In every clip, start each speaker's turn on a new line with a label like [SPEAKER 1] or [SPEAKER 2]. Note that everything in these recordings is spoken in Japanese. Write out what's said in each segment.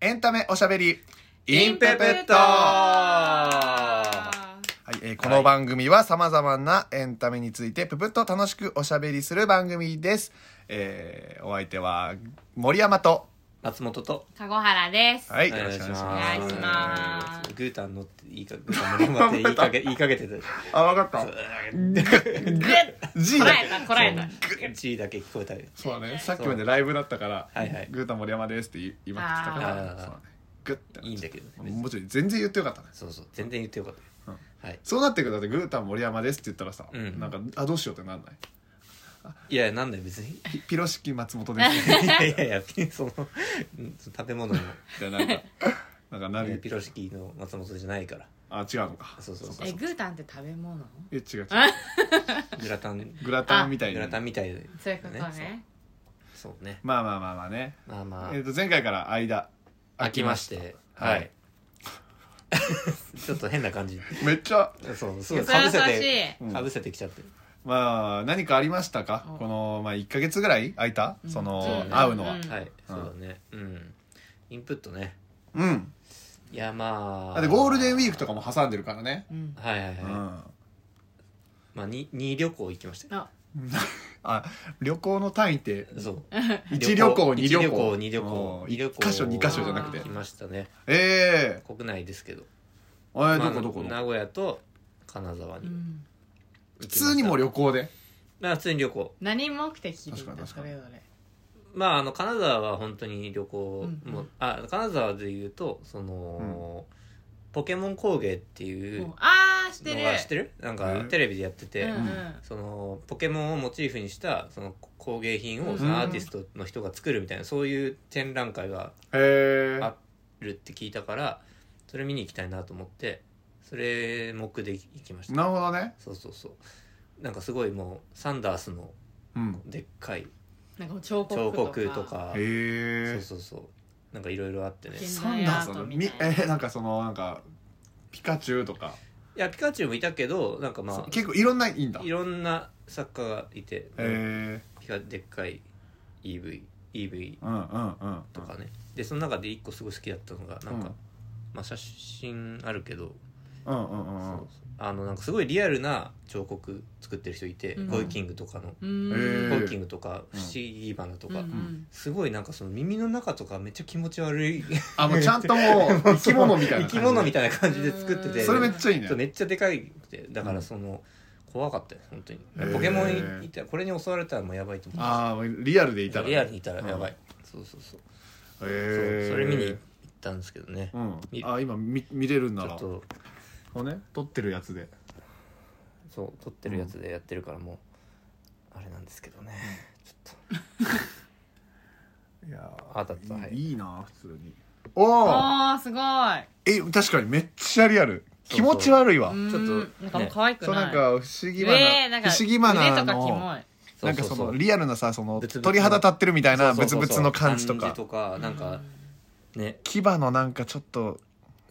[SPEAKER 1] エンタメおしゃべり。
[SPEAKER 2] インペペット
[SPEAKER 1] はい、えーこの番組は様々なエンタメについてぷぷっと楽しくおしゃべりする番組です。えーお相手は森山と、
[SPEAKER 2] 松本と
[SPEAKER 3] 籠原です。
[SPEAKER 1] はい、
[SPEAKER 2] お
[SPEAKER 1] よろ
[SPEAKER 2] 願い
[SPEAKER 1] し
[SPEAKER 2] し
[SPEAKER 1] くお願いします。
[SPEAKER 3] お願
[SPEAKER 2] ます
[SPEAKER 3] いします
[SPEAKER 2] グータン乗っていいかグータン 乗っていいかけ言いかけてた
[SPEAKER 1] あ、わかった。G
[SPEAKER 3] こ
[SPEAKER 1] だ
[SPEAKER 3] らえた、こらえた。
[SPEAKER 2] G だけ聞こえたよ
[SPEAKER 1] そうだね、さっきまでライブだったから、
[SPEAKER 2] はいはい
[SPEAKER 1] グータン森山ですって言今来たか
[SPEAKER 2] あ
[SPEAKER 1] ら、そう
[SPEAKER 2] ー
[SPEAKER 1] だねグッてなっちゃった
[SPEAKER 2] いいんだけどね
[SPEAKER 1] もうちょい全然言ってよかったね。
[SPEAKER 2] そうそう全然言ってよかったよはい
[SPEAKER 1] そうなってくるとだってグータン森山ですって言ったらさ、
[SPEAKER 2] うん
[SPEAKER 1] なんかあどうしようってなんない
[SPEAKER 2] いやなんだよ別に
[SPEAKER 1] ピピロシキ松本です
[SPEAKER 2] いやいやいやそのうん食べ物の
[SPEAKER 1] みたいななんかなんかなる
[SPEAKER 2] ピロシキの松本じゃないから
[SPEAKER 1] あ違うのか
[SPEAKER 2] そうそうそう
[SPEAKER 1] か
[SPEAKER 3] え、
[SPEAKER 1] か
[SPEAKER 3] グータンって食べ物
[SPEAKER 1] え違う違う
[SPEAKER 2] グラタン
[SPEAKER 1] グラタンみたい
[SPEAKER 2] グ
[SPEAKER 1] に
[SPEAKER 2] ラタンみたいで
[SPEAKER 3] そういうことね。
[SPEAKER 2] そうね
[SPEAKER 1] まあまあまあまあね、
[SPEAKER 2] まあまあ
[SPEAKER 1] えっ、と前回から間
[SPEAKER 2] 飽きまして
[SPEAKER 1] はい
[SPEAKER 2] ちょっと変な感じ
[SPEAKER 1] めっちゃ
[SPEAKER 2] そうそう
[SPEAKER 3] そ
[SPEAKER 2] か
[SPEAKER 3] れは
[SPEAKER 2] ぶせ
[SPEAKER 3] おかして
[SPEAKER 1] い
[SPEAKER 2] かぶせてきちゃって
[SPEAKER 1] まあ何かありましたか
[SPEAKER 3] うん
[SPEAKER 1] この、まあ、1か月ぐらい空いた、その、
[SPEAKER 2] うん
[SPEAKER 1] 会うのは
[SPEAKER 3] うん
[SPEAKER 2] はいそうだねうんインプットね
[SPEAKER 1] うん、
[SPEAKER 2] いやまあ
[SPEAKER 1] だってゴールデンウィークとかも挟んでるからね
[SPEAKER 3] うん。
[SPEAKER 2] はいはいう
[SPEAKER 1] ん
[SPEAKER 2] はいまあに二旅行行きましたよ
[SPEAKER 3] あ、
[SPEAKER 1] あ旅行の単位って
[SPEAKER 2] そう
[SPEAKER 1] 一旅行二
[SPEAKER 2] 一
[SPEAKER 1] 旅行
[SPEAKER 2] 旅行二旅行
[SPEAKER 1] うん
[SPEAKER 2] 二旅
[SPEAKER 1] 一箇所二
[SPEAKER 3] 箇所じゃなくて
[SPEAKER 2] 行きましたね
[SPEAKER 1] ええ
[SPEAKER 2] 国内ですけど
[SPEAKER 1] あれ
[SPEAKER 2] まあ
[SPEAKER 1] どこどこどこ
[SPEAKER 2] 名古屋と金沢
[SPEAKER 3] う
[SPEAKER 2] に
[SPEAKER 3] ん。
[SPEAKER 1] 普
[SPEAKER 2] 普
[SPEAKER 1] 通にもう旅行で
[SPEAKER 2] まあ普通に旅行
[SPEAKER 3] 何目的でいい
[SPEAKER 1] 確
[SPEAKER 3] ん
[SPEAKER 1] か
[SPEAKER 3] だ
[SPEAKER 1] に確
[SPEAKER 3] そ
[SPEAKER 1] かに
[SPEAKER 3] れぞれ。
[SPEAKER 2] まああの金沢は本当に旅行
[SPEAKER 3] うん
[SPEAKER 2] もうあ金沢でいうとその、ポケモン工芸っていううん
[SPEAKER 3] あー、知って
[SPEAKER 2] の
[SPEAKER 3] る。
[SPEAKER 2] が知ってるなん
[SPEAKER 1] う
[SPEAKER 2] か
[SPEAKER 1] ん
[SPEAKER 2] テレビでやってて、
[SPEAKER 3] うんうん。
[SPEAKER 2] そのポケモンをモチーフにしたその工芸品
[SPEAKER 3] う
[SPEAKER 2] を
[SPEAKER 3] ん
[SPEAKER 2] そのアーティストの人が作るみたいな、そういう展覧会が
[SPEAKER 1] へえ
[SPEAKER 2] あるって聞いたからそれ見に行きたいなと思ってそれ目で行きました
[SPEAKER 1] なるほどね
[SPEAKER 2] そうそうそうなんかすごいもうサンダースの
[SPEAKER 1] うん
[SPEAKER 2] でっかい
[SPEAKER 3] なんかもう彫刻と
[SPEAKER 2] 彫
[SPEAKER 3] か。
[SPEAKER 2] 刻と。か
[SPEAKER 1] へ
[SPEAKER 2] そう
[SPEAKER 1] え
[SPEAKER 2] そうそうなんかいろいろあってね
[SPEAKER 3] 現
[SPEAKER 1] サン
[SPEAKER 3] 代
[SPEAKER 1] ダ
[SPEAKER 3] ア
[SPEAKER 1] ース
[SPEAKER 3] ー
[SPEAKER 1] なの
[SPEAKER 3] ト
[SPEAKER 1] み
[SPEAKER 3] みたいな。
[SPEAKER 1] えなんかそのなんかピカチュウとか、
[SPEAKER 2] いやピカチュウもいたけどなんかま
[SPEAKER 1] 結構いろんないいんだ
[SPEAKER 2] あい
[SPEAKER 1] へ
[SPEAKER 2] ろんな作家がいて、
[SPEAKER 1] え
[SPEAKER 2] ピカでっかい EVEV
[SPEAKER 1] うんうんうん
[SPEAKER 2] とかねでその中で一個すごい好きだったのがなんか、
[SPEAKER 1] うん
[SPEAKER 2] まあ、写真あるけど、
[SPEAKER 1] うんうんうん
[SPEAKER 2] そうあのなんかすごいリアルな彫刻作ってる人いて、
[SPEAKER 3] うん
[SPEAKER 2] ゴイキングとかの、
[SPEAKER 3] うん。
[SPEAKER 1] え
[SPEAKER 2] ゴ
[SPEAKER 1] ー
[SPEAKER 2] イキングとか不思議花と
[SPEAKER 3] う
[SPEAKER 2] か、
[SPEAKER 3] ん
[SPEAKER 2] すごいなんかその耳の中とかめっちゃ気持ち悪い
[SPEAKER 1] あもうちゃんともう生き物みたいな
[SPEAKER 2] 生き物み
[SPEAKER 1] たい
[SPEAKER 2] たいな感じで作ってて
[SPEAKER 1] それめっちゃいいね
[SPEAKER 2] そうめっちゃでかいくてだからその、怖かったよ本当にポケモンいたこれに襲われたらもうやばいと思っ
[SPEAKER 1] ああもうリアルでいた
[SPEAKER 2] た
[SPEAKER 1] ら
[SPEAKER 2] リアルにいたらやばい、そうそうそう
[SPEAKER 1] へ
[SPEAKER 2] そう
[SPEAKER 1] え
[SPEAKER 2] それ見に行ったんですけどね、
[SPEAKER 1] うん
[SPEAKER 2] 見る
[SPEAKER 1] あ今見見れるん
[SPEAKER 2] ち
[SPEAKER 1] な
[SPEAKER 2] ょ
[SPEAKER 1] ら
[SPEAKER 2] っと
[SPEAKER 1] こうね撮ってるやつで
[SPEAKER 2] そう撮ってるやつでやってるからもうあれなんですけどねちょっ
[SPEAKER 1] いや
[SPEAKER 2] ーあだったはいい
[SPEAKER 1] いいいな普通におお
[SPEAKER 3] おー、すごい。
[SPEAKER 1] え確かにめっちゃリアル
[SPEAKER 2] そうそ
[SPEAKER 1] 気持
[SPEAKER 2] う
[SPEAKER 1] ち悪いわ
[SPEAKER 3] うん
[SPEAKER 2] ちょっと
[SPEAKER 3] なんかもう可愛く
[SPEAKER 1] そう
[SPEAKER 3] ない。
[SPEAKER 1] なんか不思議
[SPEAKER 3] えーな
[SPEAKER 1] 花
[SPEAKER 3] んか
[SPEAKER 1] 不思議花
[SPEAKER 3] 腕とかキ
[SPEAKER 1] の
[SPEAKER 3] モい。
[SPEAKER 2] と
[SPEAKER 1] なんかそのリアルなさその
[SPEAKER 2] ブツブツの
[SPEAKER 1] 鳥肌立ってるみたいな
[SPEAKER 2] そ
[SPEAKER 1] ブ
[SPEAKER 2] う
[SPEAKER 1] ツ
[SPEAKER 2] そうそう
[SPEAKER 1] ブツの感じと
[SPEAKER 2] 感
[SPEAKER 1] か
[SPEAKER 2] じとかなんかね
[SPEAKER 1] 牙のなんかちょっと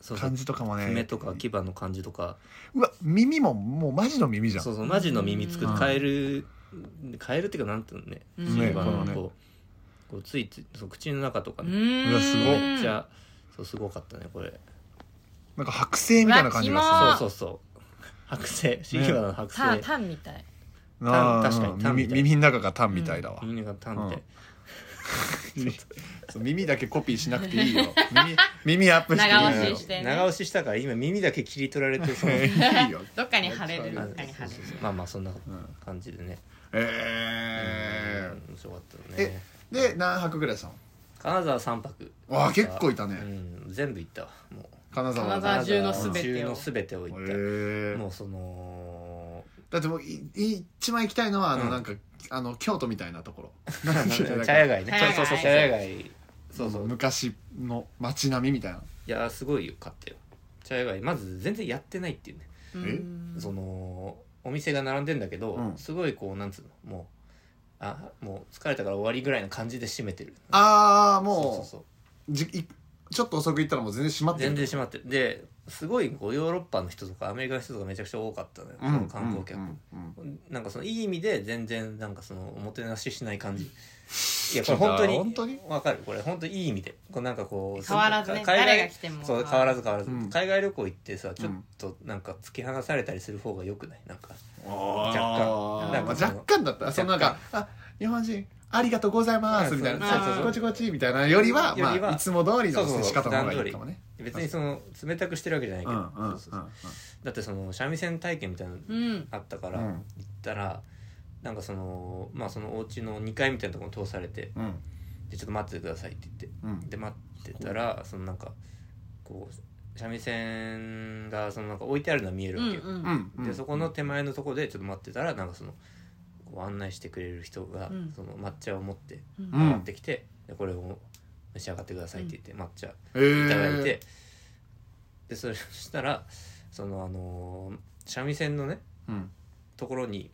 [SPEAKER 2] そうそう
[SPEAKER 1] 感じとかも
[SPEAKER 2] 爪
[SPEAKER 1] ね
[SPEAKER 2] とか牙の感じとか
[SPEAKER 1] うわ耳ももうマジの耳じゃん
[SPEAKER 2] そうそうマジの耳作
[SPEAKER 1] う
[SPEAKER 2] っ
[SPEAKER 1] ん
[SPEAKER 2] てカエルカエルっていうかなんていうのね
[SPEAKER 3] うん
[SPEAKER 1] ね
[SPEAKER 2] 牙の
[SPEAKER 1] このね
[SPEAKER 2] こうこうついつそう口の中とか
[SPEAKER 3] う
[SPEAKER 2] ね
[SPEAKER 3] ーん。
[SPEAKER 1] うわすごい
[SPEAKER 2] めっちゃそうすごかったねこれ
[SPEAKER 1] なんか剥製みたいな感じが
[SPEAKER 2] そう
[SPEAKER 3] あ
[SPEAKER 2] そうそう剥製シギバの剥
[SPEAKER 3] タン、
[SPEAKER 2] 製
[SPEAKER 3] タンみたい。
[SPEAKER 1] するなあ
[SPEAKER 2] タン確かにタン
[SPEAKER 1] 耳
[SPEAKER 2] みたい
[SPEAKER 1] 耳の中がタンみたいだわ
[SPEAKER 2] 耳がタンって
[SPEAKER 1] そう耳だけコピーしなくていいよ耳耳アップして
[SPEAKER 3] 長
[SPEAKER 1] いい
[SPEAKER 3] 押
[SPEAKER 1] よ
[SPEAKER 3] ししてね
[SPEAKER 2] 長押ししたから今耳だけ切り取られて その
[SPEAKER 1] いいよ
[SPEAKER 3] どっかに貼れる。
[SPEAKER 1] 気
[SPEAKER 3] ど
[SPEAKER 1] 持
[SPEAKER 3] っ
[SPEAKER 1] ち
[SPEAKER 3] かに貼れる。
[SPEAKER 2] まあまあそんな
[SPEAKER 1] うん
[SPEAKER 2] 感じでね
[SPEAKER 1] え
[SPEAKER 2] うん面白かったよ
[SPEAKER 1] え
[SPEAKER 2] ね
[SPEAKER 1] で何泊ぐらいしたの
[SPEAKER 2] 金沢3泊
[SPEAKER 1] わあ結構いた
[SPEAKER 2] う
[SPEAKER 1] ね
[SPEAKER 2] ん全部行ったわもう
[SPEAKER 1] 金沢
[SPEAKER 3] 金沢中の
[SPEAKER 2] 金沢
[SPEAKER 3] 全てを
[SPEAKER 2] 中の全てを行った
[SPEAKER 1] へえ
[SPEAKER 2] もうその
[SPEAKER 1] だってもういい一番行きたいのはあの、
[SPEAKER 2] うん
[SPEAKER 1] なんかあの京都みたいなところ
[SPEAKER 2] 茶屋街ね
[SPEAKER 3] 茶屋街
[SPEAKER 2] そうそうそう茶屋街そうそ
[SPEAKER 1] そうう昔の街並みみたいない
[SPEAKER 2] やーすごいよかったよ茶屋街まず全然やってないっていうね、
[SPEAKER 3] うん
[SPEAKER 2] そのお店が並んでんだけど、
[SPEAKER 1] うん
[SPEAKER 2] すごいこうなんつうのもうあもう疲れたから終わりぐらいの感じで閉めてる
[SPEAKER 1] ああ
[SPEAKER 2] そうそう
[SPEAKER 1] もう
[SPEAKER 2] そう
[SPEAKER 1] じいちょっと遅く行ったらもう全然閉まってる
[SPEAKER 2] 全然閉まってるですごいこうヨーロッパの人とかアメリカの人とかめちゃくちゃ多かったのよ、その観光客、
[SPEAKER 1] うんうんうん
[SPEAKER 2] なんかそのいい意味で全然なんかそのおもてなししない感じいやこれ本当に
[SPEAKER 1] 本当に
[SPEAKER 2] わかるこれ本当いい意味でこうなんかこう
[SPEAKER 3] 変わらずね
[SPEAKER 2] か海外
[SPEAKER 3] 誰が来ても
[SPEAKER 2] そう変わらず変わらず、
[SPEAKER 1] うん
[SPEAKER 2] 海外旅行行ってさ
[SPEAKER 1] ん
[SPEAKER 2] ちょっとなんか突き放されたりする方がよくないなんか
[SPEAKER 1] あー
[SPEAKER 3] 若干
[SPEAKER 1] まあ若干だったらそのなんか「あ日本人ありがとうございます」みたい
[SPEAKER 3] そう
[SPEAKER 1] な
[SPEAKER 3] そうそ
[SPEAKER 1] 「
[SPEAKER 3] う
[SPEAKER 1] こっちこっち」みたいなよりは
[SPEAKER 2] より
[SPEAKER 1] ま
[SPEAKER 2] は
[SPEAKER 1] あいつも通り
[SPEAKER 2] そう
[SPEAKER 1] の
[SPEAKER 2] そう
[SPEAKER 1] 接し方の方がいいかもね
[SPEAKER 2] 別にその冷たくしてるわけじゃない
[SPEAKER 1] うん
[SPEAKER 2] け
[SPEAKER 1] う
[SPEAKER 2] ど、
[SPEAKER 1] んうんうん
[SPEAKER 2] そうそうそうだってその三味線体験みたいなの
[SPEAKER 3] うん
[SPEAKER 2] あったから、
[SPEAKER 1] うん
[SPEAKER 2] 行ったらなんかそのまあそのお家の2階みたいなところに通されて
[SPEAKER 1] うん
[SPEAKER 2] でちょっと待っててくださいって言っ
[SPEAKER 1] うん
[SPEAKER 2] てで待ってたらそのなんかこう三味線がそのなんか置いてあるのは見える
[SPEAKER 3] う
[SPEAKER 2] わけ
[SPEAKER 3] ん
[SPEAKER 2] よ、
[SPEAKER 3] う
[SPEAKER 1] うんんうん
[SPEAKER 2] でそこの手前のとこでちょっと待ってたらなんかそのこう案内してくれる人が、
[SPEAKER 3] うん
[SPEAKER 2] その抹茶を持って
[SPEAKER 3] うん
[SPEAKER 1] うん
[SPEAKER 2] 持ってきて、でこれを召し上がってくださいって言って、抹茶
[SPEAKER 1] えー
[SPEAKER 2] いただいて、でそれそしたらそのあのー三味線のね
[SPEAKER 1] うん
[SPEAKER 2] ところに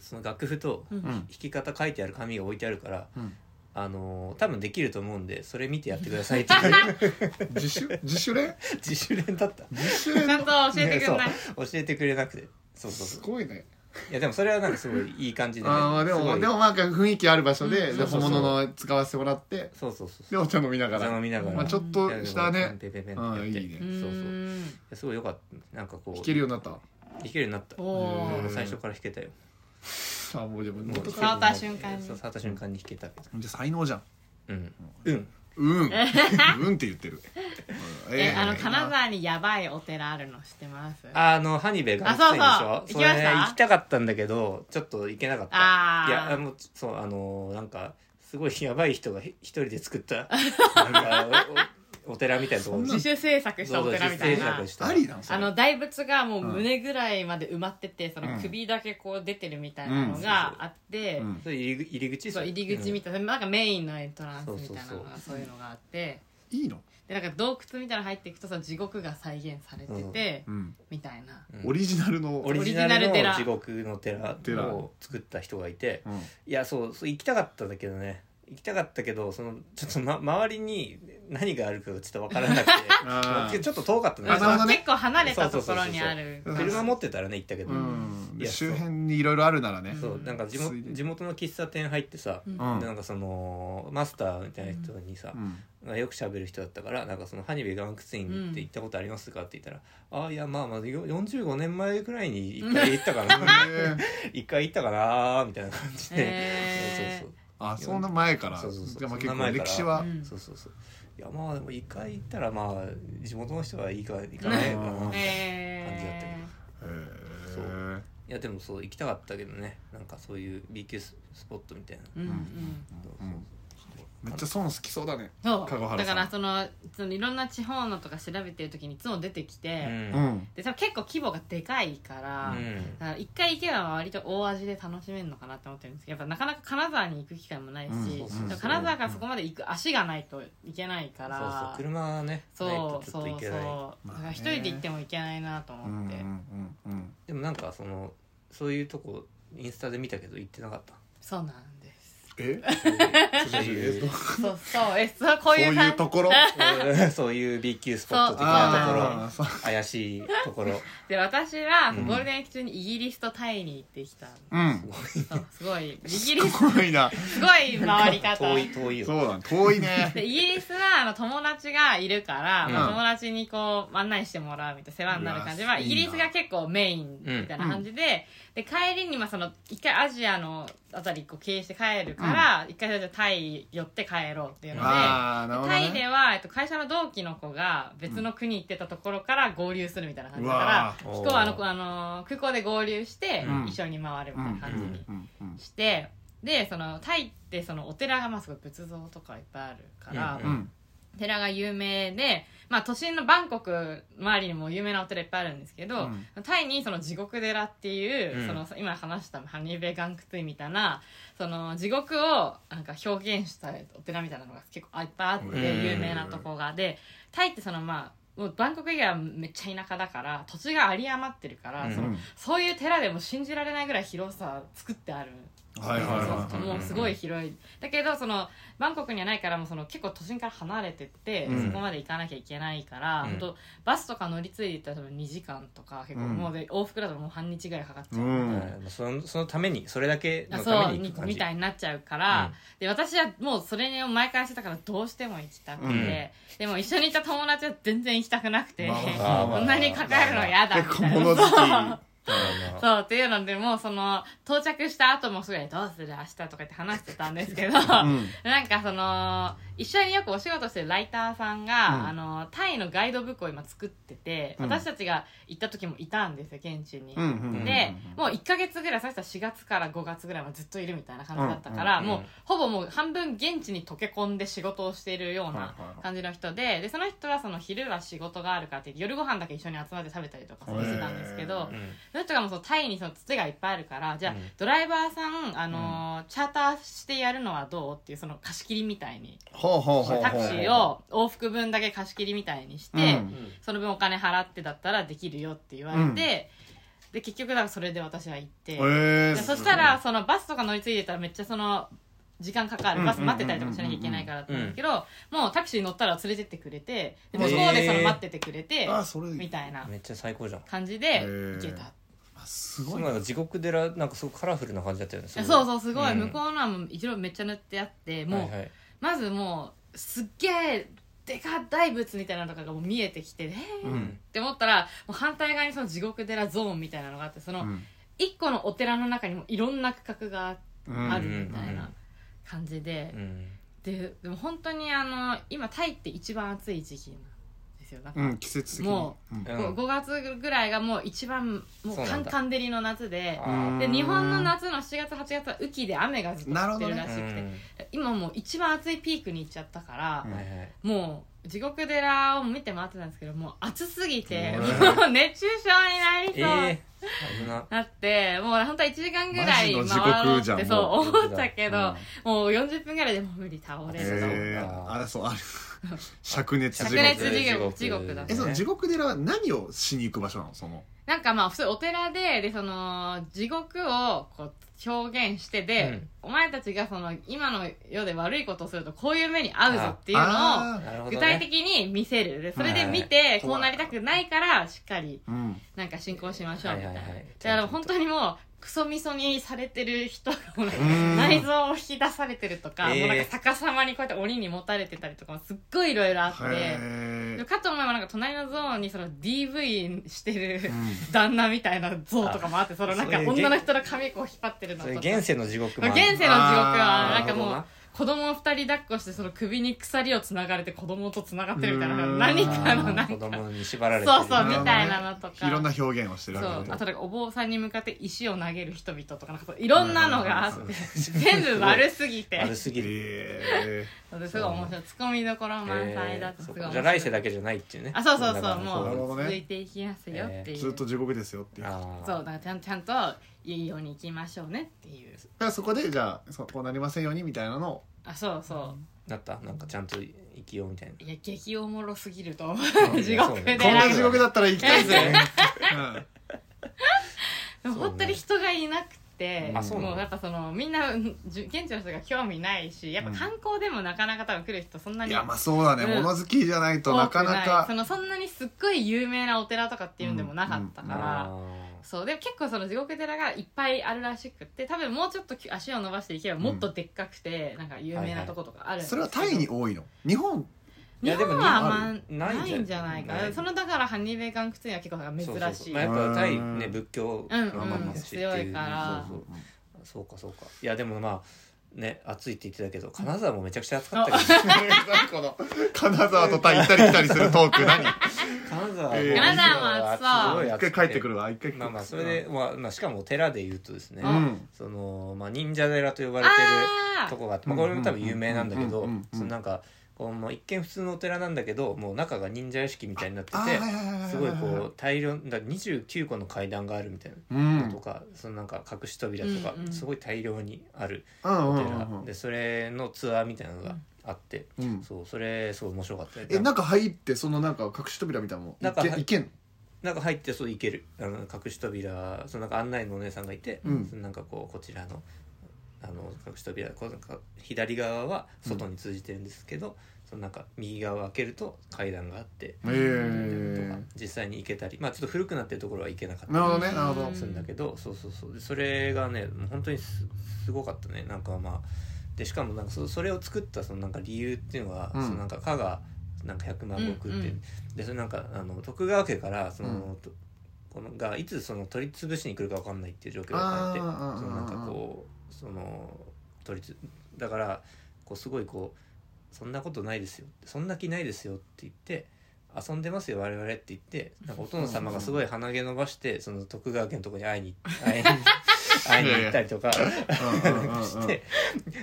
[SPEAKER 2] その楽譜と
[SPEAKER 3] うん
[SPEAKER 1] うん
[SPEAKER 2] 弾き方書いてある紙が置いてあるから、
[SPEAKER 1] うん
[SPEAKER 2] あのー多分できると思うんでそれ見てやってくださいって いう
[SPEAKER 1] 自主自主練
[SPEAKER 2] 自主練だった
[SPEAKER 1] 自主
[SPEAKER 3] ちゃん
[SPEAKER 1] 練
[SPEAKER 3] と教えてくんない
[SPEAKER 2] ねそう教えてくれなくてそうそう
[SPEAKER 1] す
[SPEAKER 2] そう
[SPEAKER 1] ごいね
[SPEAKER 2] いやでもそれはなんかすごいいい感じで、ね、
[SPEAKER 1] ああです
[SPEAKER 2] ご
[SPEAKER 1] も
[SPEAKER 2] い
[SPEAKER 1] でもなんか雰囲気ある場所で
[SPEAKER 3] うん
[SPEAKER 1] で
[SPEAKER 2] そう
[SPEAKER 1] 本
[SPEAKER 2] そうそう
[SPEAKER 1] 物の使わせてもらって
[SPEAKER 2] そうそうそう
[SPEAKER 1] でお茶飲みなが
[SPEAKER 2] お茶
[SPEAKER 1] ら
[SPEAKER 2] 飲みながら
[SPEAKER 1] まあちょっとしたね
[SPEAKER 2] ペンペンペンペンってやって
[SPEAKER 1] うんいいね
[SPEAKER 3] う
[SPEAKER 2] そうそうい
[SPEAKER 3] ん
[SPEAKER 2] やすごいよかったなんかこう
[SPEAKER 1] 弾けるようになった
[SPEAKER 2] 弾けるようになった
[SPEAKER 3] お
[SPEAKER 1] う
[SPEAKER 2] も
[SPEAKER 1] ん
[SPEAKER 2] う最初から弾けたよ
[SPEAKER 1] あもうでも
[SPEAKER 2] もう
[SPEAKER 1] 元
[SPEAKER 3] そ触
[SPEAKER 1] か
[SPEAKER 3] った瞬間に
[SPEAKER 2] そう触った瞬間に弾けたけど
[SPEAKER 1] らじゃあ才能じゃん
[SPEAKER 2] うんうん
[SPEAKER 1] うんうんって言ってる
[SPEAKER 3] えあの金沢にやばいお寺あるの知ってます
[SPEAKER 2] あのハニベがでし
[SPEAKER 3] あ
[SPEAKER 2] ょ
[SPEAKER 3] そうそう行きました
[SPEAKER 2] れね行きたかったんだけどちょっと行けなかった
[SPEAKER 3] あー
[SPEAKER 2] いやあのそうあのなんかすごいやばい人がひ一人で作ったなんかおおお寺みたいなところ
[SPEAKER 3] 自主制作したお寺みたいな
[SPEAKER 1] ありなんそ
[SPEAKER 3] あ
[SPEAKER 1] れ
[SPEAKER 3] の大仏がもう
[SPEAKER 1] うん
[SPEAKER 3] 胸ぐらいまで埋まっててそ
[SPEAKER 1] うん
[SPEAKER 3] の首だけこう出てるみたいなのがあって、
[SPEAKER 1] うん
[SPEAKER 2] そう入り入り口
[SPEAKER 3] そう入り口み
[SPEAKER 2] た
[SPEAKER 3] たいな,、なんかメインのエントランスみたいなのがそういうのがあって
[SPEAKER 1] いいの
[SPEAKER 3] でなんか洞窟みたいなの入っていくとその地獄が再現されてて、
[SPEAKER 1] うん
[SPEAKER 3] みたいな
[SPEAKER 1] オリジナルの
[SPEAKER 2] オリジナルの地獄の寺
[SPEAKER 1] 寺
[SPEAKER 2] を作った人がいて
[SPEAKER 1] うん
[SPEAKER 2] いやそうそう行きたかったんだけどね行きたかったけどそのちょっと、ま、周りに何があるかがちょっと分からなく
[SPEAKER 1] あー
[SPEAKER 2] てちょっと遠かった
[SPEAKER 1] あなるほ
[SPEAKER 2] ね
[SPEAKER 1] どね
[SPEAKER 3] 結構離れたところにある
[SPEAKER 1] そうそうそうそう
[SPEAKER 2] 車持ってたらね行ったけど、
[SPEAKER 1] うんで
[SPEAKER 2] いやそう
[SPEAKER 1] 周辺にいろいろあるならね
[SPEAKER 2] そうなんか地
[SPEAKER 1] ついで
[SPEAKER 2] 元
[SPEAKER 1] に
[SPEAKER 2] 地元の喫茶店入ってさ、
[SPEAKER 3] うん
[SPEAKER 1] うん
[SPEAKER 2] でなんかそのマスターみたいな人にさ
[SPEAKER 1] う、ん
[SPEAKER 2] がよく喋る人だったから「なんかそのハニベ岩窟院って行ったことありますか?」って言ったら「ああいやまあまあよ45年前ぐらいに一回行ったかな
[SPEAKER 1] えー
[SPEAKER 2] 一回行ったかな」みたいな感じで、
[SPEAKER 3] へー
[SPEAKER 2] そうそうそう
[SPEAKER 1] あそんな前から
[SPEAKER 2] そうそうそう
[SPEAKER 1] じゃあまあ
[SPEAKER 2] そ
[SPEAKER 1] 結
[SPEAKER 2] んな
[SPEAKER 1] 構
[SPEAKER 2] 前から
[SPEAKER 1] 歴史は
[SPEAKER 3] うん
[SPEAKER 2] そうそうそういやまあでも一回行ったらまあ地元の人はいいか行かないかな
[SPEAKER 1] うん
[SPEAKER 2] みたいな
[SPEAKER 3] え
[SPEAKER 1] へー
[SPEAKER 2] そういやでもそう行きたかったけどねなんかそういう B 級ススポットみたいな、
[SPEAKER 3] ーうんうん
[SPEAKER 1] うんめっちゃ損好きそうだね
[SPEAKER 3] そ
[SPEAKER 1] 香川
[SPEAKER 3] う
[SPEAKER 1] 原
[SPEAKER 3] だ
[SPEAKER 1] さ
[SPEAKER 3] か
[SPEAKER 1] ん
[SPEAKER 3] らそのそのいろんな地方のとか調べてる時にいつも出てきて、
[SPEAKER 1] う
[SPEAKER 2] うん
[SPEAKER 1] ん
[SPEAKER 3] で多分結構規模がでかいから、
[SPEAKER 2] うん
[SPEAKER 3] だから一回行けば割と大味で楽しめるのかなって思ってるんですけどやっぱなかなか金沢に行く機会もないし、
[SPEAKER 1] うん
[SPEAKER 3] でも
[SPEAKER 2] そうそうそう
[SPEAKER 3] 金沢からそこまで行く足がないといけないか
[SPEAKER 2] そうそう
[SPEAKER 3] ら
[SPEAKER 2] 車ねない
[SPEAKER 3] そ
[SPEAKER 2] と
[SPEAKER 3] う
[SPEAKER 2] ちょ
[SPEAKER 3] そうそ
[SPEAKER 2] っというけない
[SPEAKER 3] だから一人で行っても行けないなと
[SPEAKER 1] うんうん
[SPEAKER 3] 思って、
[SPEAKER 1] うんうん
[SPEAKER 2] でもなんかそのそういうとこインスタで見たけど行ってなかった
[SPEAKER 3] そうなんです
[SPEAKER 1] え
[SPEAKER 2] そういう
[SPEAKER 3] そうそうえそうこ
[SPEAKER 1] こ
[SPEAKER 3] う
[SPEAKER 1] う
[SPEAKER 3] いう
[SPEAKER 1] い
[SPEAKER 3] 感
[SPEAKER 1] う
[SPEAKER 3] じ
[SPEAKER 1] ところ
[SPEAKER 2] そういう B 級スポット的な
[SPEAKER 1] あ
[SPEAKER 2] とこ
[SPEAKER 1] あ
[SPEAKER 2] ろ怪しいところ
[SPEAKER 3] で私は
[SPEAKER 2] うん
[SPEAKER 3] ゴールデンウィーク中にイギリスとタイに行ってき た、
[SPEAKER 1] うん
[SPEAKER 3] そうすごいイギリス す
[SPEAKER 1] すごいな
[SPEAKER 3] ごい回り方
[SPEAKER 2] 遠い遠いよ
[SPEAKER 1] そうだね遠いね
[SPEAKER 3] でイギリスはあの友達がいるから、
[SPEAKER 2] うん
[SPEAKER 3] まあ友達にこう案内してもらうみたいな世話になる感じ
[SPEAKER 1] うわ
[SPEAKER 3] はイギリスが結構メインみたいな感じで,、で帰りにまあその一回アジアのあたりこう経由して帰るから、一回じゃあタイ寄って帰ろうっていうので。
[SPEAKER 1] ああなるほど
[SPEAKER 3] タイで
[SPEAKER 1] ね
[SPEAKER 3] は、えっと、会社の同期の子が別の国行ってたところから合流するみたいな感じだから
[SPEAKER 2] うわー
[SPEAKER 3] 飛行あの子あの空港で合流して、
[SPEAKER 1] うん
[SPEAKER 3] 一緒に回るみたいな感じに
[SPEAKER 1] うんうん
[SPEAKER 3] して、でそのタイってそのお寺がまあすごい仏像とかいっぱいあるから、
[SPEAKER 1] うんうん
[SPEAKER 3] 寺が有名で、まあ、都心のバンコク周りにも有名なお寺いっぱいあるんですけど、タイにその地獄寺っていう、
[SPEAKER 2] うん
[SPEAKER 3] その今話したハニーベガンクトゥイみたいなその地獄をなんか表現したお寺みたいなのが結構いっぱいあって、
[SPEAKER 2] うん
[SPEAKER 3] 有名なとこがでタイってそのまあもうバンコク以外はめっちゃ田舎だから土地が有り余ってるから、
[SPEAKER 2] うん
[SPEAKER 3] そのそういう寺でも信じられないぐらい広さ作ってある
[SPEAKER 1] あ
[SPEAKER 3] して、
[SPEAKER 1] はいはいはいはい
[SPEAKER 3] そうそうもうすごい広いだけどそのバンコクにはないからもうその結構都心から離れてって、
[SPEAKER 1] うん
[SPEAKER 3] そこまで行かなきゃいけないから、
[SPEAKER 2] うん
[SPEAKER 3] 本当バスとか乗り継いで行ったら多分2時間とか結構、
[SPEAKER 1] うん
[SPEAKER 3] もうで往復だともう半日ぐらいかかっちゃう、
[SPEAKER 1] うん
[SPEAKER 2] はいそのそのためにそれだけ
[SPEAKER 3] あ
[SPEAKER 2] の
[SPEAKER 3] そ
[SPEAKER 2] た
[SPEAKER 3] う
[SPEAKER 2] めに
[SPEAKER 3] み
[SPEAKER 2] 行く感じ
[SPEAKER 3] みたいになっちゃうから、
[SPEAKER 2] うん
[SPEAKER 3] で私はもうそれを毎回してたからどうしても行きたくて、
[SPEAKER 1] うん
[SPEAKER 3] でも一緒にいた友達は全然行きたくなくて、
[SPEAKER 1] まあ
[SPEAKER 2] まあまあ
[SPEAKER 3] こんなに抱えるの嫌だみ
[SPEAKER 1] 結構
[SPEAKER 3] たいな。
[SPEAKER 1] 物好き
[SPEAKER 2] まあまあ
[SPEAKER 3] そうっていうのでもうその到着した後もすぐに「どうする明日」とか言って話してたんですけど、
[SPEAKER 1] うん
[SPEAKER 3] なんかその一緒によくお仕事してるライターさんが、
[SPEAKER 1] うん
[SPEAKER 3] あのタイのガイドブックを今作ってて、
[SPEAKER 1] うん
[SPEAKER 3] 私たちが行った時もいたんですよ現地に。
[SPEAKER 1] うんうんうん
[SPEAKER 3] で、もう1ヶ月ぐらい、さしたら4月から5月ぐらいまでずっといるみたいな感じだったから、
[SPEAKER 2] うんうんうん
[SPEAKER 3] もうほぼもう半分現地に溶け込んで仕事をしているような
[SPEAKER 1] はいはいはい
[SPEAKER 3] 感じの人で、で、その人はその昼は仕事があるからって、夜ご飯だけ一緒に集まって食べたりとかそうしてたんですけ
[SPEAKER 1] へ
[SPEAKER 3] ど
[SPEAKER 2] う、ん
[SPEAKER 3] その人がもうそのタイにその土がいっぱいあるから、じゃあ、
[SPEAKER 2] うん
[SPEAKER 3] ドライバーさん、あのーチャーターしてやるのはどうっていうその貸し切りみたいに、
[SPEAKER 1] ほうほうほうほう
[SPEAKER 3] タクシーを往復分だけ貸し切りみたいにして、
[SPEAKER 1] うん
[SPEAKER 2] うん
[SPEAKER 3] その分お金払ってだったらできるよって言われて、
[SPEAKER 1] うん
[SPEAKER 3] で結局だからそれで私は行って、
[SPEAKER 1] へえ
[SPEAKER 3] でそしたらそのバスとか乗り継いでたらめっちゃその時間かかるバス待ってたりとかしなきゃいけないからだったんですけど、もうタクシー乗ったら連れてってくれてで向こうでその待っててくれて、
[SPEAKER 1] あそれ
[SPEAKER 3] みたいな
[SPEAKER 2] めっちゃ最高じゃん
[SPEAKER 3] 感じで
[SPEAKER 1] ー
[SPEAKER 3] 行けた、
[SPEAKER 1] あす
[SPEAKER 2] そ
[SPEAKER 1] ご
[SPEAKER 2] う
[SPEAKER 1] い
[SPEAKER 2] なんか地獄寺なんかすごいカラフルな感じだったよね
[SPEAKER 3] いやそうそうすごい、
[SPEAKER 2] うん
[SPEAKER 3] 向こうのはもう一応めっちゃ塗ってあってもう、
[SPEAKER 2] はいはい
[SPEAKER 3] まずもうすっげえでか大仏みたいなのとかがもう見えてきてえー
[SPEAKER 1] う
[SPEAKER 3] っ
[SPEAKER 1] ん
[SPEAKER 3] て思ったらもう反対側にその地獄寺ゾーンみたいなのがあってその
[SPEAKER 1] うん
[SPEAKER 3] 一個のお寺の中にもいろんな区画があって。
[SPEAKER 1] うん
[SPEAKER 3] あるみたいな感じで
[SPEAKER 2] う、ん
[SPEAKER 3] ででも本当にあの今タイって一番暑い時期なんですよなんか、
[SPEAKER 1] うん季節的に
[SPEAKER 3] も
[SPEAKER 1] うん
[SPEAKER 2] う
[SPEAKER 3] こう5月ぐらいがもう一番もう
[SPEAKER 2] そう
[SPEAKER 3] カ
[SPEAKER 2] な
[SPEAKER 3] ン
[SPEAKER 2] んだ
[SPEAKER 3] カン照りの夏で
[SPEAKER 2] あ
[SPEAKER 3] で日本の夏の7月8月は雨季で雨がずっと降ってる
[SPEAKER 1] な
[SPEAKER 3] ら
[SPEAKER 1] る
[SPEAKER 3] し
[SPEAKER 2] ー
[SPEAKER 3] くて、今もう一番暑いピークに行っちゃったから
[SPEAKER 2] う、んはいはい
[SPEAKER 3] もう地獄寺を見て回ってたんですけどもう暑すぎて、
[SPEAKER 1] うん
[SPEAKER 3] もう熱中症になり
[SPEAKER 2] え
[SPEAKER 3] そう。
[SPEAKER 2] ー危な
[SPEAKER 3] なって、もう本当は1時間ぐら
[SPEAKER 1] マ
[SPEAKER 3] い回
[SPEAKER 1] ジの地
[SPEAKER 3] ろう
[SPEAKER 1] 獄
[SPEAKER 3] っ
[SPEAKER 1] じゃん
[SPEAKER 3] てそう
[SPEAKER 1] も
[SPEAKER 3] 思ったけど、
[SPEAKER 1] うん
[SPEAKER 3] もう40分ぐらいでもう無理倒れると思う
[SPEAKER 1] へえ
[SPEAKER 2] あ
[SPEAKER 1] あれ そうある灼熱地
[SPEAKER 3] 灼
[SPEAKER 1] 獄
[SPEAKER 3] 熱地獄
[SPEAKER 2] 地獄
[SPEAKER 3] 地獄だ
[SPEAKER 1] えその地獄寺は何をしに行く場所なのその
[SPEAKER 3] なんかまあ普通お寺で、で、その、地獄をこう表現してで、
[SPEAKER 2] うん
[SPEAKER 3] お前たちがその、今の世で悪いことをするとこういう目に遭うぞっていうのを、
[SPEAKER 1] あ
[SPEAKER 2] なるほどね
[SPEAKER 3] 具体的に見せる。で、それで見
[SPEAKER 2] は
[SPEAKER 3] て
[SPEAKER 2] い、
[SPEAKER 3] こうなりたくないから、しっかり、
[SPEAKER 1] ーうん
[SPEAKER 3] なんか進行しましょうみたいな。
[SPEAKER 2] はいはいはい
[SPEAKER 3] だから本当にもう、クソみそにされてる人がもうなんか
[SPEAKER 1] うん
[SPEAKER 3] 内臓を引き出されてるとか、
[SPEAKER 2] えー
[SPEAKER 3] もうなんか逆さまにこうやって鬼に持たれてたりとかもすっごいいろいろあって、
[SPEAKER 1] へ
[SPEAKER 3] で
[SPEAKER 1] え
[SPEAKER 3] かと思えばなんか隣のゾーンにその DV してる
[SPEAKER 1] ん
[SPEAKER 3] 旦那みたいな像とかもあって、そのなんか
[SPEAKER 2] そういう
[SPEAKER 3] 女の人の髪こう引っ張ってるの
[SPEAKER 2] そ
[SPEAKER 3] と
[SPEAKER 2] れ
[SPEAKER 3] か。
[SPEAKER 2] 現世の地獄もある
[SPEAKER 3] 現世の地獄は
[SPEAKER 1] あー
[SPEAKER 3] なんかも
[SPEAKER 2] なる
[SPEAKER 3] う子供を二人抱っこしてその首に鎖をつながれて子供とつながってるみたいな何
[SPEAKER 2] ほど
[SPEAKER 3] か
[SPEAKER 2] な
[SPEAKER 3] のな
[SPEAKER 2] あー子
[SPEAKER 3] んか
[SPEAKER 2] 供に縛られてる
[SPEAKER 3] そうそうみたいなのとか
[SPEAKER 1] いろんな表現をしてる
[SPEAKER 3] そう
[SPEAKER 1] わけ
[SPEAKER 3] あ
[SPEAKER 1] ね
[SPEAKER 3] となんかお坊さんに向かって石を投げる人々とかなんかそういろんなのがあっ
[SPEAKER 1] う
[SPEAKER 3] て 全部悪すぎて
[SPEAKER 2] 悪すぎる
[SPEAKER 1] え
[SPEAKER 3] すごい面白いツッコミどころ満載だと
[SPEAKER 2] え
[SPEAKER 3] す
[SPEAKER 2] ーそ
[SPEAKER 3] ごい
[SPEAKER 2] っ
[SPEAKER 3] 面白い
[SPEAKER 2] かじゃあ来世だけじゃないっていうね
[SPEAKER 3] あそうそうそう
[SPEAKER 1] なるほ
[SPEAKER 3] も
[SPEAKER 1] ど
[SPEAKER 3] う
[SPEAKER 1] ね
[SPEAKER 3] 続いていきますよって
[SPEAKER 1] ー
[SPEAKER 3] いう、
[SPEAKER 1] ずっと地獄ですよっていうだか
[SPEAKER 2] あー
[SPEAKER 3] そうだからちゃんちゃんといいようにいきましょうねっていう
[SPEAKER 1] らそこでじゃあそうこうなりませんようにみたいなのを
[SPEAKER 3] あそうそう
[SPEAKER 2] なったなんかちゃんと生きようみたいない
[SPEAKER 3] や激おもろすぎると思
[SPEAKER 2] う
[SPEAKER 3] うん地獄で
[SPEAKER 1] こん
[SPEAKER 3] な
[SPEAKER 1] なん地
[SPEAKER 3] か
[SPEAKER 1] 獄だったら行きたい ぜ
[SPEAKER 3] でも本当に人がいなくて
[SPEAKER 1] あそうなの
[SPEAKER 3] もうやっぱそのみんなうんじゅ現地の人が興味ないしやっぱ観光でもなかなか多分来る人そん
[SPEAKER 1] う
[SPEAKER 3] なんに
[SPEAKER 1] いやまあそうだね
[SPEAKER 3] うん
[SPEAKER 1] 物好きじゃないとな
[SPEAKER 3] 多く
[SPEAKER 1] か
[SPEAKER 3] ない
[SPEAKER 1] なか
[SPEAKER 3] そのそんなにすっごい有名なお寺とかっていうんでもなかったから、
[SPEAKER 2] あ
[SPEAKER 3] そうで結構その地獄寺がいっぱいあるらしくって多分もうちょっと足を伸ばしていけばもっとでっかくて、なんか有名なとことかあるんです
[SPEAKER 1] そ
[SPEAKER 3] け
[SPEAKER 1] れ
[SPEAKER 3] ど
[SPEAKER 1] はタイに多いの日本
[SPEAKER 2] い
[SPEAKER 3] 日
[SPEAKER 2] やでも
[SPEAKER 3] 本
[SPEAKER 2] 日本
[SPEAKER 3] はあんま
[SPEAKER 2] ある
[SPEAKER 3] ないんじゃないか
[SPEAKER 2] ない
[SPEAKER 3] そのだからハニーベイガンクツには結構なんか
[SPEAKER 2] ー
[SPEAKER 3] 珍しい
[SPEAKER 2] そうそうそうまあ、やっぱタイね仏教
[SPEAKER 3] うん
[SPEAKER 2] がまあまあって
[SPEAKER 3] うん強
[SPEAKER 2] いう
[SPEAKER 3] いから
[SPEAKER 2] そうそうそうかそうかいやでもまあね暑いって言ってたけど金沢もめちゃくちゃ暑かった けど
[SPEAKER 1] 何この金沢とタイ行ったり来たりするトーク何
[SPEAKER 2] 金沢も
[SPEAKER 1] えー
[SPEAKER 3] 金沢も暑そう
[SPEAKER 1] 一回帰ってくるわ一回帰ってくる
[SPEAKER 2] まあまあそれで、まあまあ、しかもお寺で言うとですね、
[SPEAKER 1] うん
[SPEAKER 2] その、まあ、忍者寺と呼ばれて
[SPEAKER 3] あ
[SPEAKER 2] ると
[SPEAKER 3] ー
[SPEAKER 2] こがあって、まあ、これも多分有名なんだけ
[SPEAKER 1] う
[SPEAKER 2] ど
[SPEAKER 1] んうんうんうん
[SPEAKER 2] そのなんかこうもう一見普通のお寺なんだけどもう中が忍者屋敷みたいになってて
[SPEAKER 1] あーはいはいはいはい
[SPEAKER 2] すごいこう大量だ29個の階段があるみたいな。
[SPEAKER 1] うんうん
[SPEAKER 2] とかそのなんか隠し扉とか、
[SPEAKER 3] うんうん
[SPEAKER 2] すごい大量にある
[SPEAKER 1] うん
[SPEAKER 2] お
[SPEAKER 1] う
[SPEAKER 2] 寺、
[SPEAKER 1] んうん
[SPEAKER 2] でそれのツアーみたいなのがあって、
[SPEAKER 1] うん
[SPEAKER 2] そうそれすごい面白かったよ
[SPEAKER 1] え中入ってそのなんか隠し扉みたいなの
[SPEAKER 2] 中入
[SPEAKER 1] いけん
[SPEAKER 2] なんか入ってそう行けるあの隠し扉そのなんか案内のお姉さんがいて、
[SPEAKER 1] うん
[SPEAKER 2] そのなんかこうこちらのあの隠し扉こうなんか左側は外に通じてるんですけど、そのなんか右側を開けると階段があって
[SPEAKER 1] え
[SPEAKER 2] とか
[SPEAKER 1] ー、
[SPEAKER 2] 実際に行けたりまあちょっと古くなってるところは行けなかった
[SPEAKER 1] なるほどね
[SPEAKER 3] うん
[SPEAKER 1] なるほど
[SPEAKER 2] するんだけど、そうそうそうでそれがねもう本当にすすごかったねなんかまあでしかもなんかそそれを作ったそのなんか理由っていうのは、
[SPEAKER 1] うん
[SPEAKER 2] そのなんか加賀なんか百万石っ
[SPEAKER 3] う
[SPEAKER 2] て、
[SPEAKER 3] んうん
[SPEAKER 2] でそれなんかあの徳川家からその、
[SPEAKER 1] う
[SPEAKER 2] とこのがいつその取り潰しに来るかわかんないっていう状況があって
[SPEAKER 1] あー
[SPEAKER 2] そのなんかこうその取りつだからこうすごいこう「そんなことないですよ」そんな気ないですよ」って言って「遊んでますよ我々」って言ってなんかお殿様がすごい鼻毛伸ばしてその徳川家のとこに会いに会 いに会いに行ったりとか
[SPEAKER 1] うんうんうんうん
[SPEAKER 2] して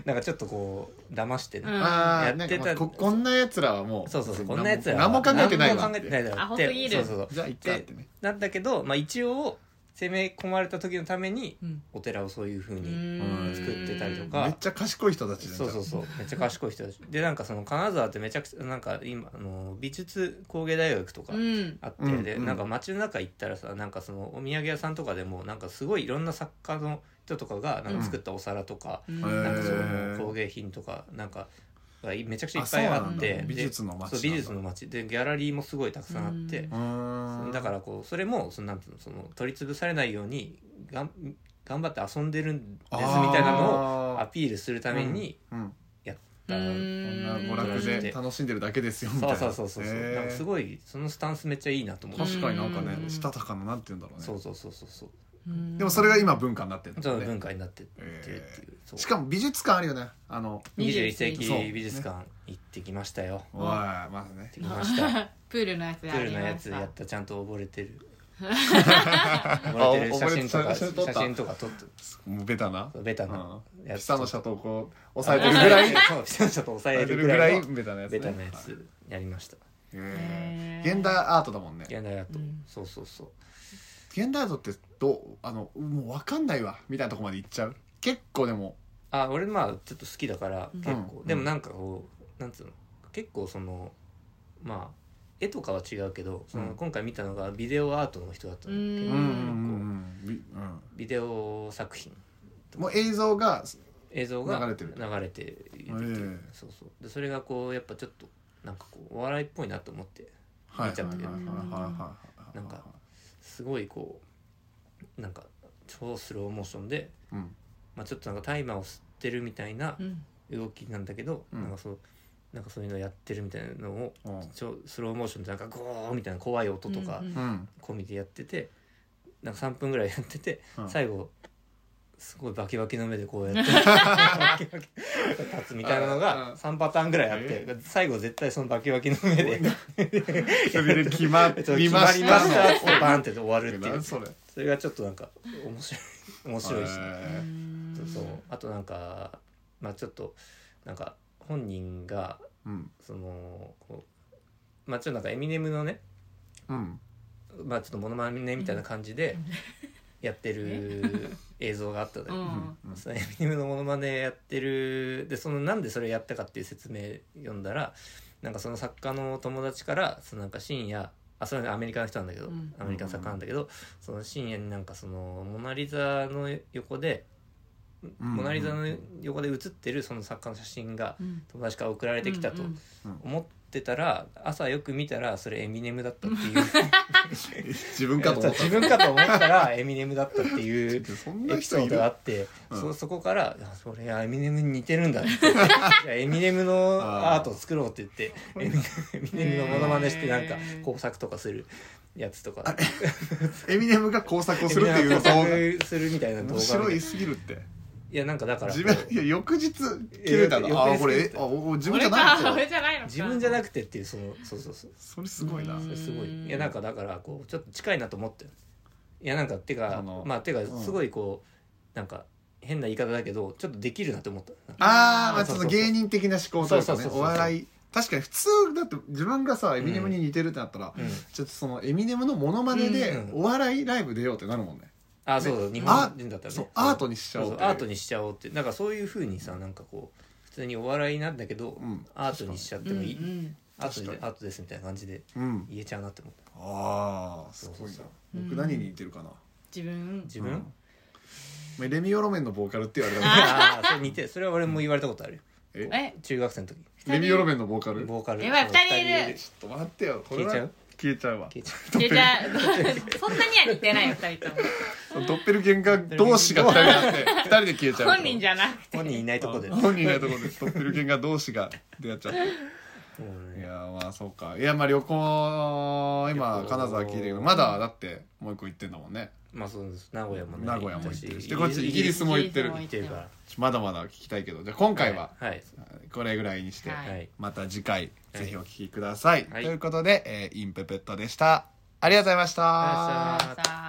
[SPEAKER 2] なんかちょっとこう騙して
[SPEAKER 3] う
[SPEAKER 2] ね、
[SPEAKER 3] ん
[SPEAKER 1] ああ
[SPEAKER 2] や
[SPEAKER 1] な
[SPEAKER 2] っ
[SPEAKER 1] んか
[SPEAKER 2] てた
[SPEAKER 1] まあここんなやつらはもう
[SPEAKER 2] そうそうそうこんなやつらは
[SPEAKER 1] 何も考えてないわ
[SPEAKER 2] 何も考えてないだろう
[SPEAKER 3] アホすぎる
[SPEAKER 2] そうそうそう
[SPEAKER 1] じゃあいっかってね
[SPEAKER 2] なんだけど、まあ、一応攻め込まれた時のために
[SPEAKER 3] うん
[SPEAKER 2] お寺をそういうふう
[SPEAKER 1] う
[SPEAKER 2] に
[SPEAKER 1] ん
[SPEAKER 2] 作ってたりとか
[SPEAKER 1] めっちゃ賢い人たちじゃん
[SPEAKER 2] そうそうそうめっちゃ賢い人だしでなんかその金沢ってめちゃくちゃなんか今あの美術工芸大学とか
[SPEAKER 3] うん
[SPEAKER 2] あって、
[SPEAKER 1] うん
[SPEAKER 2] で
[SPEAKER 1] うん
[SPEAKER 2] なんか街の中行ったらさなんかそのお土産屋さんとかでもなんかすごいいろんな作家の人とかがなんか作ったお皿とか、
[SPEAKER 3] うん
[SPEAKER 1] うん
[SPEAKER 2] なんかそ
[SPEAKER 1] へー
[SPEAKER 2] の工芸品とかなんかがめちゃくちゃいっぱいあ
[SPEAKER 1] そうな
[SPEAKER 2] っ
[SPEAKER 1] ん
[SPEAKER 2] て
[SPEAKER 1] だ
[SPEAKER 2] で
[SPEAKER 1] 美術の街
[SPEAKER 2] そう美術の街でギャラリーもすごいたくさんあって、
[SPEAKER 3] うん
[SPEAKER 1] うーん
[SPEAKER 2] だからこうそれもそのなんていうのその取り潰されないようにがん頑張って遊んでるんですみたいなのを
[SPEAKER 1] を
[SPEAKER 2] アピールするために、
[SPEAKER 1] うん
[SPEAKER 3] う
[SPEAKER 1] こん
[SPEAKER 3] ん
[SPEAKER 1] な娯楽で楽しんでるだけですよみたい
[SPEAKER 2] そう
[SPEAKER 1] な
[SPEAKER 2] そうそうそうそう、
[SPEAKER 1] へー
[SPEAKER 2] なんかすごいそのスタンスめっちゃいいなと思って、
[SPEAKER 1] 確かになんかね
[SPEAKER 3] うん
[SPEAKER 1] したたかななんて言うんだろう
[SPEAKER 2] そ
[SPEAKER 1] ね
[SPEAKER 2] うそうそうそうそう
[SPEAKER 3] うん
[SPEAKER 1] でもそれが今文化になってるんだ
[SPEAKER 2] そ
[SPEAKER 1] よ
[SPEAKER 2] う
[SPEAKER 1] ね
[SPEAKER 2] 文化になってってるっていう、そう
[SPEAKER 1] しかも美術館あるよねあの
[SPEAKER 2] 21世
[SPEAKER 1] そう
[SPEAKER 2] 紀美術館行ってきましたよ、
[SPEAKER 1] おいまずね
[SPEAKER 2] 行ってきました
[SPEAKER 3] プールのやつ
[SPEAKER 2] プ
[SPEAKER 3] や
[SPEAKER 2] ール
[SPEAKER 3] り
[SPEAKER 2] のや
[SPEAKER 3] ま
[SPEAKER 2] つ
[SPEAKER 3] し
[SPEAKER 2] や
[SPEAKER 3] た
[SPEAKER 2] ったちゃんと溺れて る
[SPEAKER 1] あ溺れて写真
[SPEAKER 2] 溺れてる写真とか
[SPEAKER 1] 撮った
[SPEAKER 2] 写真とか撮って
[SPEAKER 1] もうベタな
[SPEAKER 2] そうベタな
[SPEAKER 1] う
[SPEAKER 2] や
[SPEAKER 1] ん
[SPEAKER 2] つ
[SPEAKER 1] 下のシャトーこう押さえてるぐらい
[SPEAKER 2] そうピタッと抑
[SPEAKER 1] 押
[SPEAKER 2] え
[SPEAKER 1] さえて
[SPEAKER 2] る
[SPEAKER 1] る
[SPEAKER 2] ぐ
[SPEAKER 1] ぐら
[SPEAKER 2] らい
[SPEAKER 1] い
[SPEAKER 2] の
[SPEAKER 1] ベタなやつね
[SPEAKER 2] ベタなやつやりました
[SPEAKER 1] へ
[SPEAKER 3] へ
[SPEAKER 1] ー
[SPEAKER 3] ー
[SPEAKER 1] 現代アートだもんね
[SPEAKER 2] 現代アート
[SPEAKER 3] うん
[SPEAKER 2] そうそうそう
[SPEAKER 1] 現代アートってどうあのもう分かんないわみたいなとこまで行っちゃう結構でも
[SPEAKER 2] あ俺まあちょっと好きだから
[SPEAKER 3] うん
[SPEAKER 2] 結構
[SPEAKER 1] うん
[SPEAKER 2] でもなんかこうなんつうの結構そのまあ絵とかは違うけどそうの
[SPEAKER 1] ん
[SPEAKER 2] 今回見たのがビデオアートの人だったの
[SPEAKER 3] うーん
[SPEAKER 2] 結
[SPEAKER 1] う
[SPEAKER 2] 構
[SPEAKER 1] んうんうんうん
[SPEAKER 2] ビデオ作品
[SPEAKER 1] うんもう映像が
[SPEAKER 2] 映像が
[SPEAKER 1] 流れてる
[SPEAKER 2] 流れてるっていう
[SPEAKER 1] ええ
[SPEAKER 2] そうそうでそれがこうやっぱちょっとなんかこうお笑いっぽいなと思って
[SPEAKER 1] はい
[SPEAKER 2] 見ちゃったけど
[SPEAKER 1] はいはいはいはい
[SPEAKER 2] なんかすごいこうなんか超スローモーションで、
[SPEAKER 1] うん
[SPEAKER 2] まあ、ちょっとなんかタイマーを吸ってるみたいな
[SPEAKER 3] うん
[SPEAKER 2] 動きなんだけど、
[SPEAKER 1] うん
[SPEAKER 2] なんかそうなんかそういうのやってるみたいなのを
[SPEAKER 1] うん
[SPEAKER 2] 超スローモーションでなんかゴーみたいな怖い音とか
[SPEAKER 3] うん
[SPEAKER 1] うん
[SPEAKER 2] 込みでやってて、なんか3分ぐらいやってて、
[SPEAKER 1] うん
[SPEAKER 2] 最後すごいバキバキの目でこうやっ てバキバキ立つみたいなの
[SPEAKER 1] うん
[SPEAKER 2] が3パターンぐらいあって、最後絶対そのバキバキの目で
[SPEAKER 1] それで決ま
[SPEAKER 2] 決ま
[SPEAKER 1] り
[SPEAKER 2] り
[SPEAKER 1] ま
[SPEAKER 2] ま
[SPEAKER 1] し
[SPEAKER 2] したた
[SPEAKER 1] の
[SPEAKER 2] ってバンって終わるってい
[SPEAKER 1] 何
[SPEAKER 2] う
[SPEAKER 1] それ
[SPEAKER 2] それがちょっとなんか面白い面白いし、
[SPEAKER 1] へ
[SPEAKER 2] そうそうあとなんかまあちょっとなんか本人が
[SPEAKER 1] ーうん
[SPEAKER 2] そのこうまあちょっとなんかエミネムのね
[SPEAKER 1] うん
[SPEAKER 2] まあちょっとモノマネみたいな感じでやってる映像があったの
[SPEAKER 3] う
[SPEAKER 2] よ。
[SPEAKER 3] ん
[SPEAKER 1] うん
[SPEAKER 2] そのエミネムのモノマネやってるでそのなんでそれやったかっていう説明読んだらなんかその作家の友達からそのなんか深夜あそれはアメリカの人なんだけど、
[SPEAKER 3] うん
[SPEAKER 2] アメリカの作家なんだけど、その深夜になんかその「モナ・リザ」の横で「
[SPEAKER 1] うん
[SPEAKER 2] モナ・リザ」の横で写ってるその作家の写真が
[SPEAKER 3] うん
[SPEAKER 2] 友達から送られてきたと
[SPEAKER 3] うん
[SPEAKER 2] 思ってたら朝よく見たらそれエミネムだったっていう
[SPEAKER 1] 自分かと思った
[SPEAKER 2] 自分かと思ったらエミネムだったっていう
[SPEAKER 1] そん
[SPEAKER 2] エ
[SPEAKER 1] な
[SPEAKER 2] ピソ
[SPEAKER 1] 人い
[SPEAKER 2] ード
[SPEAKER 1] る
[SPEAKER 2] があって、
[SPEAKER 1] うん
[SPEAKER 2] そそこからいや「それはエミネムに似てる んだ」って言っていやエミネムのアートを作ろう」って言ってエミエミネムのモノマネしてなんか
[SPEAKER 3] へー
[SPEAKER 2] 工作とかするやつとか
[SPEAKER 1] エミネムが工作をするって
[SPEAKER 2] エ
[SPEAKER 1] い
[SPEAKER 2] ミネ
[SPEAKER 1] う
[SPEAKER 2] ム
[SPEAKER 1] 動
[SPEAKER 2] が
[SPEAKER 1] 画
[SPEAKER 2] 工作するみたいな動
[SPEAKER 1] 面
[SPEAKER 2] 画みたいな
[SPEAKER 1] 白い
[SPEAKER 2] い
[SPEAKER 1] すぎるって
[SPEAKER 2] やなんかだから
[SPEAKER 1] 自分
[SPEAKER 2] こう
[SPEAKER 1] いや翌日決めたのああ
[SPEAKER 2] 翌
[SPEAKER 1] こ
[SPEAKER 2] 日
[SPEAKER 1] れえ
[SPEAKER 2] 決めた
[SPEAKER 1] あお自分じ
[SPEAKER 3] 俺
[SPEAKER 1] ゃない
[SPEAKER 3] か俺じゃないのか
[SPEAKER 2] 自分じゃなくてっていうそのそうそうそう
[SPEAKER 1] それすごいな
[SPEAKER 3] うん
[SPEAKER 2] それすごいいうや
[SPEAKER 3] ん
[SPEAKER 2] なんかだからこうちょっと近いなと思っていやなんかてか
[SPEAKER 1] あの
[SPEAKER 2] まあてか
[SPEAKER 1] ん
[SPEAKER 2] すごいこうなんか変な言い方だけどちょっとできるなと思った
[SPEAKER 1] あー、まあ
[SPEAKER 2] そう
[SPEAKER 1] そ
[SPEAKER 2] そ
[SPEAKER 1] の
[SPEAKER 2] うそう
[SPEAKER 1] 芸人的な思考というか
[SPEAKER 2] そうそう
[SPEAKER 1] ね
[SPEAKER 2] そうそ
[SPEAKER 1] お
[SPEAKER 2] う
[SPEAKER 1] 笑い確かに普通だって自分がさエミネムに似てるってなったら、
[SPEAKER 2] うん
[SPEAKER 1] ちょっとそのエミネムのモノマネで
[SPEAKER 2] うん
[SPEAKER 1] お笑いライブ出ようってなるもんね、
[SPEAKER 2] あそうそう日本人だったらね
[SPEAKER 1] そうアートにしちゃおう
[SPEAKER 2] そそアートにしちゃおうってなんかそういうふうにさなんかこう普通にお笑いなんだけど、
[SPEAKER 1] ん
[SPEAKER 2] アートにしちゃってもいい、
[SPEAKER 3] うんうん
[SPEAKER 2] アート
[SPEAKER 1] 確
[SPEAKER 2] でアートですみたいな感じで
[SPEAKER 1] うん
[SPEAKER 2] 言えちゃうなって思った
[SPEAKER 1] ああすごいな
[SPEAKER 2] そうそう
[SPEAKER 1] 僕何に似てるかな、
[SPEAKER 3] 自分
[SPEAKER 2] 自分、
[SPEAKER 1] うんお前レミオロメンのボーカルって言われたもんね
[SPEAKER 2] ああ それ似てるそれは俺も言われたことあるよ
[SPEAKER 1] え
[SPEAKER 3] え
[SPEAKER 2] 中学生の時
[SPEAKER 3] 人
[SPEAKER 1] レミオロメンのボーカルちょ
[SPEAKER 2] ボーカル
[SPEAKER 3] やばい
[SPEAKER 2] そう
[SPEAKER 3] 二人いる
[SPEAKER 1] っと待ってよこれは
[SPEAKER 2] 消えちゃう
[SPEAKER 1] 消えちゃうわ
[SPEAKER 2] 消えちゃう
[SPEAKER 3] じゃあ そんなには似てないよ二人とも
[SPEAKER 1] ドッペルゲンガー同士が二人になって二人で消えちゃう
[SPEAKER 3] 本人じゃなくて
[SPEAKER 2] 本人いないとこで
[SPEAKER 1] 本人いないところでドッペルゲンガー同士が出会っちゃった
[SPEAKER 2] そう
[SPEAKER 1] い
[SPEAKER 2] ね
[SPEAKER 1] やーまあそうかいやまあ旅行今
[SPEAKER 2] 旅行
[SPEAKER 1] 金沢聞いてるけどまだだってもう一個行ってんだもんね
[SPEAKER 2] まあそうです名古屋もね
[SPEAKER 1] 名古屋も行ってるしでこっ
[SPEAKER 2] 私
[SPEAKER 1] ちイギリスも行ってる
[SPEAKER 3] イギリスも
[SPEAKER 2] 行ってるから
[SPEAKER 1] まだまだ聞きたいけどじゃあ今回は
[SPEAKER 2] はい
[SPEAKER 1] これぐらいにして
[SPEAKER 3] はい
[SPEAKER 2] はい
[SPEAKER 1] また次回
[SPEAKER 2] は
[SPEAKER 1] ぜ
[SPEAKER 2] い
[SPEAKER 1] ひお聞きください
[SPEAKER 2] はい
[SPEAKER 1] ということでえーインププットでしたありがとうございました
[SPEAKER 2] ありがとうございました
[SPEAKER 3] さあ